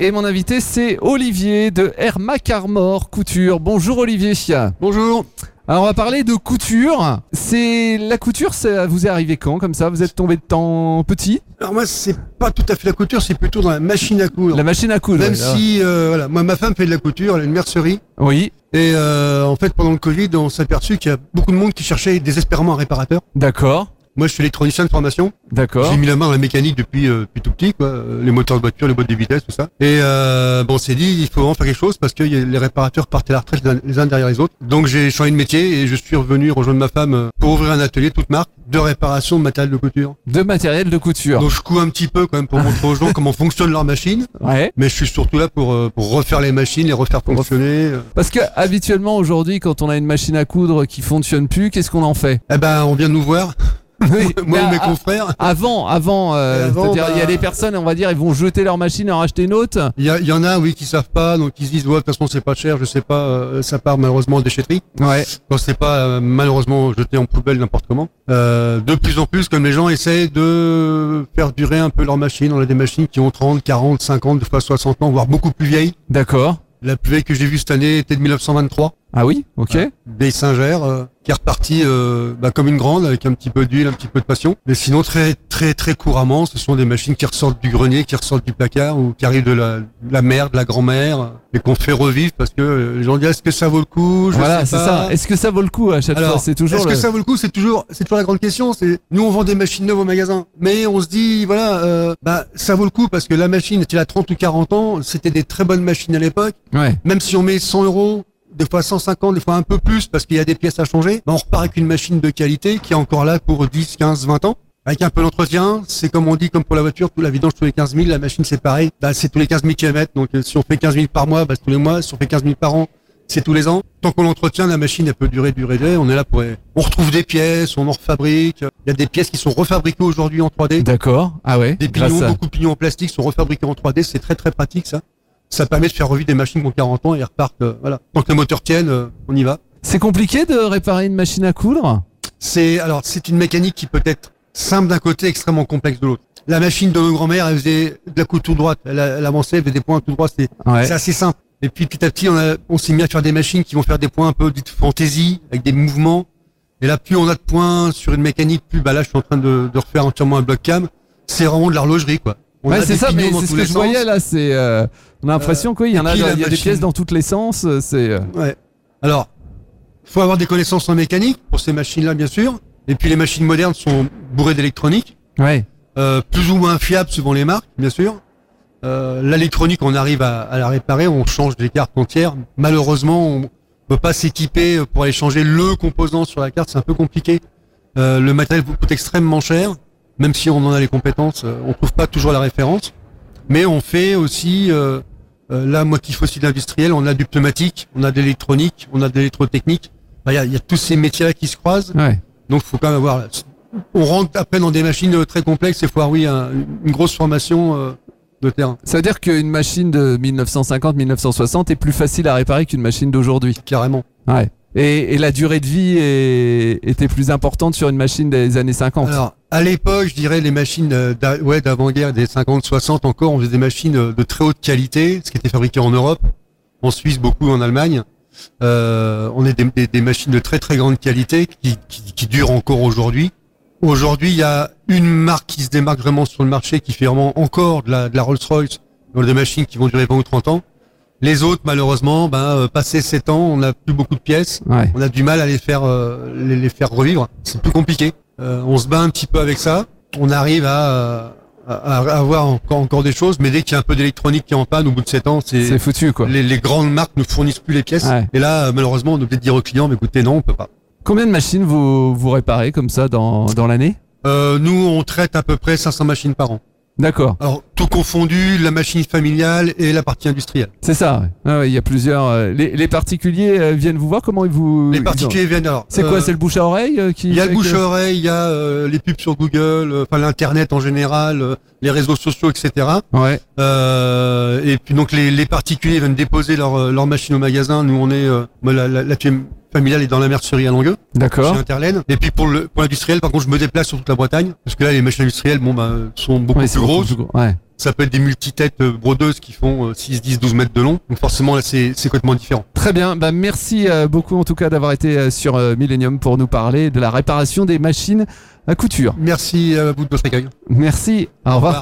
Et mon invité, c'est Olivier de Herma Carmore Couture. Bonjour Olivier. Bonjour. Alors on va parler de couture. C'est la couture, ça vous est arrivé quand comme ça Vous êtes tombé de temps petit Alors moi, c'est pas tout à fait la couture, c'est plutôt dans la machine à coudre. La machine à coudre. Même ouais, si, euh, voilà, moi, ma femme fait de la couture, elle a une mercerie. alors. Oui, Et euh, en fait, pendant le Covid, on s'est aperçu qu'il y a beaucoup de monde qui cherchait désespérément un réparateur. d'accord, Moi, je suis électronicien de formation. d'accord. J'ai mis la main dans la mécanique depuis, euh, depuis tout petit, quoi. Euh, Les moteurs de voiture, les boîtes de vitesse, tout ça. Et euh, bon, on s'est dit, il faut en faire quelque chose parce que y a- les réparateurs partaient à la retraite les uns- les uns derrière les autres. Donc, j'ai changé de métier et je suis revenu rejoindre ma femme euh, pour ouvrir un atelier toute marque de réparation de matériel de couture. De matériel de couture. Donc, je couds un petit peu quand même pour montrer aux gens comment fonctionne leur machine. Ouais. Mais je suis surtout là pour, euh, pour refaire les machines, les refaire fonctionner. euh. Parce que habituellement aujourd'hui, quand on a une machine à coudre qui fonctionne plus, qu'est-ce qu'on en fait Eh ben, on vient de nous voir, Oui. bah, ah. moi Mais ou mes a- confrères. Avant, avant, euh, Avant, c'est-à-dire il y a bah- des personnes, on va dire, ils vont jeter leur machine et en racheter une autre. Il y, a- il y en a, oui, qui savent pas, donc ils se disent, ouais, de toute façon, c'est pas cher, je sais pas, euh, ça part malheureusement en déchetterie. Ouais. Quand c'est pas euh, malheureusement jeté en poubelle n'importe comment. Euh, de plus en plus, comme les gens essayent de faire durer un peu leur machine, on a des machines qui ont 30, 40, 50, des fois 60 ans, voire beaucoup plus vieilles. D'accord. La plus vieille que j'ai vue cette année était de 1923. Ah oui, ok. des Singer euh, qui est reparti euh, bah, comme une grande avec un petit peu d'huile, un petit peu de passion. Mais sinon très très très couramment, ce sont des machines qui ressortent du grenier, qui ressortent du placard ou qui arrivent de la, de la mère, de la grand-mère et qu'on fait revivre parce que euh, les gens disent est-ce que ça vaut le coup Je voilà, sais c'est pas. ça. Est-ce que ça vaut le coup à chaque Alors, fois C'est toujours Est-ce le... que ça vaut le coup C'est toujours, c'est toujours la grande question. C'est nous on vend des machines neuves au magasin, mais on se dit voilà, euh, bah ça vaut le coup parce que la machine, tu l'as 30 ou 40 ans, c'était des très bonnes machines à l'époque Ouais. même si on met 100 euros, des fois 150, des fois un peu plus, parce qu'il y a des pièces à changer, ben on repart avec une machine de qualité qui est encore là pour 10, 15, 20 ans. Avec un peu d'entretien, c'est comme on dit, comme pour la voiture, tout la vidange tous les 15 000, la machine c'est pareil, bah, c'est tous les 15 000 km, donc euh, si on fait 15 000 par mois, bah, c'est tous les mois, si on fait 15 000 par an, c'est tous les ans. Tant qu'on l'entretient, la machine elle peut durer, durer, durer, on est là pour... euh, On retrouve des pièces, on en refabrique, il y a des pièces qui sont refabriquées aujourd'hui en 3D, D'accord. Ah ouais. des grâce pignons, à- beaucoup de pignons en plastique sont refabriqués en 3D, c'est très très pratique ça. Ça permet de faire revivre des machines qui ont 40 ans et elles repartent. euh, voilà. Tant que le moteur tienne, euh, on y va. C'est compliqué de réparer une machine à coudre C'est alors c'est une mécanique qui peut être simple d'un côté, extrêmement complexe de l'autre. La machine de ma grand-mère, elle faisait de la coupe tout droite, elle, elle avançait, elle faisait des points tout droit, c'était Ouais. c'est assez simple. Et puis petit à petit, on, a- on s'est mis à faire des machines qui vont faire des points un peu dites fantaisie, avec des mouvements. Et là, plus on a de points sur une mécanique, plus bah là, je suis en train de, de refaire entièrement un bloc cam. C'est vraiment de l'horlogerie, quoi. On Ouais, a c'est des ça, pignons mais dans c'est ce tous que les je sens. voyais là. C'est, euh, on a l'impression qu'il y en a, et il puis y a la des machine. pièces dans tous les sens. euh, C'est euh, Ouais. Alors, faut avoir des connaissances en mécanique pour ces machines-là, bien sûr. Et puis les machines modernes sont bourrées d'électronique, ouais, euh, plus ou moins fiables suivant les marques, bien sûr. Euh, L'électronique, on arrive à, à la réparer, on change des cartes entières. Malheureusement, on peut pas s'équiper pour aller changer le composant sur la carte, c'est un peu compliqué. Euh, le matériel vous coûte extrêmement cher, même si on en a les compétences, euh, on trouve pas toujours la référence. Mais on fait aussi, euh, euh, là, moi qui fais aussi de l'industriel, on a du pneumatique, on a de l'électronique, on a de l'électrotechnique. Enfin, Il y, a, il y a tous ces métiers-là qui se croisent, ouais. donc faut quand même avoir. On rentre après dans des machines euh, très complexes et faut avoir oui un- une grosse formation euh, de terrain. Ça veut dire qu'une machine de 1950-1960 est plus facile à réparer qu'une machine d'aujourd'hui. Carrément. Ouais. Et, et la durée de vie est- était plus importante sur une machine des années 50. Alors, à l'époque, je dirais les machines euh, d'a- ouais, d'avant-guerre des 50-60 encore, on faisait des machines euh, de très haute qualité, ce qui était fabriqué en Europe, en Suisse beaucoup, en Allemagne. Euh, on est des, des- des machines de très très grande qualité qui, qui- qui durent encore aujourd'hui. Aujourd'hui, il y a une marque qui se démarque vraiment sur le marché, qui fait vraiment encore de la, de la Rolls-Royce, dans des machines qui vont durer 20 ou 30 ans. Les autres, malheureusement, ben, euh, passé 7 ans, on n'a plus beaucoup de pièces ouais. on a du mal à les faire euh, les, les faire revivre. C'est plus compliqué. Euh, on se bat un petit peu avec ça. On arrive à, euh, à, à avoir encore encore des choses, mais dès qu'il y a un peu d'électronique qui est en panne, au bout de 7 ans, C'est c'est foutu quoi. les, les grandes marques ne fournissent plus les pièces. Ouais. Et là, euh, malheureusement, on est obligé de dire aux clients, mais écoutez, non, on peut pas. Combien de machines vous vous réparez comme ça dans dans l'année Euh, nous, on traite à peu près 500 machines par an. D'accord. Alors, tout confondu, la machine familiale et la partie industrielle. C'est ça. ouais. Ah ouais, il y a plusieurs. euh, les, les particuliers euh, viennent vous voir. Comment ils vous ils les ont- particuliers viennent alors. C'est quoi euh, C'est le bouche à oreille euh, qui Il y a le fait que- bouche à oreille, il y a euh, les pubs sur Google, euh, enfin l'internet en général, euh, les réseaux sociaux, etc. Ouais. Euh, et puis donc les, les particuliers viennent déposer leur, euh, leur machine au magasin. Nous on est euh, moi, la, la, la tuyau familiale est dans la mercerie à Langueux, chez D'accord. Interlaine. Et puis pour le pour l'industriel, par contre, je me déplace sur toute la Bretagne parce que là les machines industrielles, bon bah, sont beaucoup Ouais, c'est plus grosses. beaucoup plus gros. Ouais. Ça peut être des multitêtes euh, brodeuses qui font euh, 6, 10, 12 mètres de long. Donc forcément, là, c'est c'est complètement différent. Très bien, bah merci euh, beaucoup en tout cas d'avoir été euh, sur euh, Millennium pour nous parler de la réparation des machines à couture. Merci à vous de votre accueil. Merci, au revoir.